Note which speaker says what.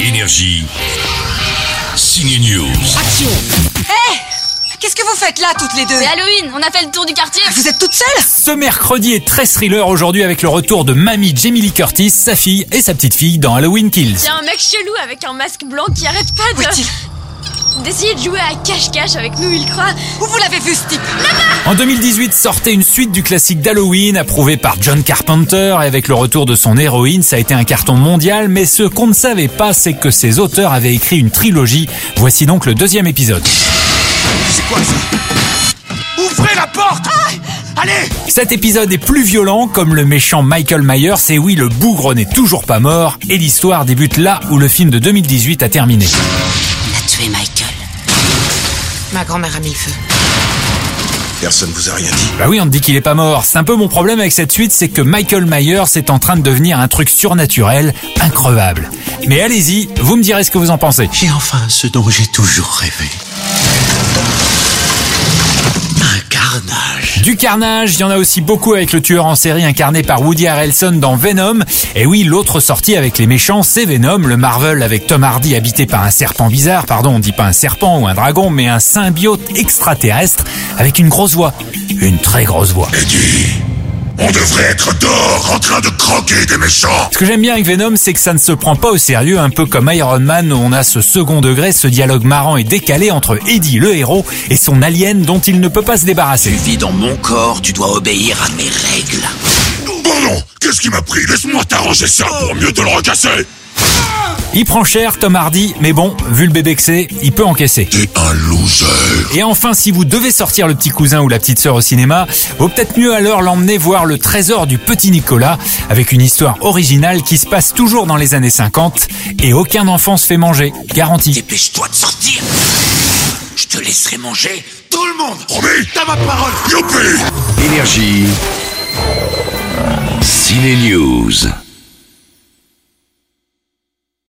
Speaker 1: Énergie. Signe News.
Speaker 2: Action
Speaker 3: Eh, Qu'est-ce que vous faites là toutes les deux
Speaker 4: C'est Halloween, on a fait le tour du quartier.
Speaker 3: Vous êtes toutes seules
Speaker 2: Ce mercredi est très thriller aujourd'hui avec le retour de Mamie Jamie Lee Curtis, sa fille et sa petite fille dans Halloween
Speaker 4: Il y
Speaker 2: Kills.
Speaker 4: a un mec chelou avec un masque blanc qui arrête pas
Speaker 3: Où est-il
Speaker 4: de d'essayer de jouer à cache-cache avec nous, il croit.
Speaker 3: Où vous l'avez vu ce type
Speaker 2: En 2018 sortait une suite du classique d'Halloween approuvé par John Carpenter et avec le retour de son héroïne ça a été un carton mondial mais ce qu'on ne savait pas c'est que ses auteurs avaient écrit une trilogie. Voici donc le deuxième épisode.
Speaker 5: C'est quoi ça Ouvrez la porte Allez
Speaker 2: Cet épisode est plus violent, comme le méchant Michael Myers, et oui, le bougre n'est toujours pas mort, et l'histoire débute là où le film de 2018 a terminé.
Speaker 3: Il a tué Michael. Ma grand-mère a mis le feu.
Speaker 5: Personne vous a rien dit.
Speaker 2: Bah oui, on te dit qu'il est pas mort. C'est un peu mon problème avec cette suite, c'est que Michael Myers est en train de devenir un truc surnaturel, increvable. Mais allez-y, vous me direz ce que vous en pensez.
Speaker 6: J'ai enfin ce dont j'ai toujours rêvé. Un carnage.
Speaker 2: Du carnage, il y en a aussi beaucoup avec le tueur en série incarné par Woody Harrelson dans Venom. Et oui, l'autre sortie avec les méchants, c'est Venom, le Marvel avec Tom Hardy habité par un serpent bizarre, pardon, on dit pas un serpent ou un dragon, mais un symbiote extraterrestre avec une grosse voix. Une très grosse voix.
Speaker 1: Eddie, on devrait être dehors en train de croquer des méchants.
Speaker 2: Ce que j'aime bien avec Venom, c'est que ça ne se prend pas au sérieux, un peu comme Iron Man où on a ce second degré, ce dialogue marrant et décalé entre Eddie, le héros, et son alien dont il ne peut pas se débarrasser.
Speaker 6: Tu vis dans mon corps, tu dois obéir à mes règles.
Speaker 1: Bon non, qu'est-ce qui m'a pris Laisse-moi t'arranger ça pour mieux te le recasser.
Speaker 2: Il prend cher, Tom Hardy, mais bon, vu le bébé que c'est, il peut encaisser.
Speaker 1: T'es un loser.
Speaker 2: Et enfin, si vous devez sortir le petit cousin ou la petite sœur au cinéma, vaut peut-être mieux alors l'emmener voir le trésor du petit Nicolas, avec une histoire originale qui se passe toujours dans les années 50, et aucun enfant se fait manger, garanti.
Speaker 6: Dépêche-toi de sortir. Je te laisserai manger.
Speaker 5: Tout le monde
Speaker 1: Promis
Speaker 5: T'as ma parole
Speaker 1: Youpi
Speaker 7: Énergie. Ciné News.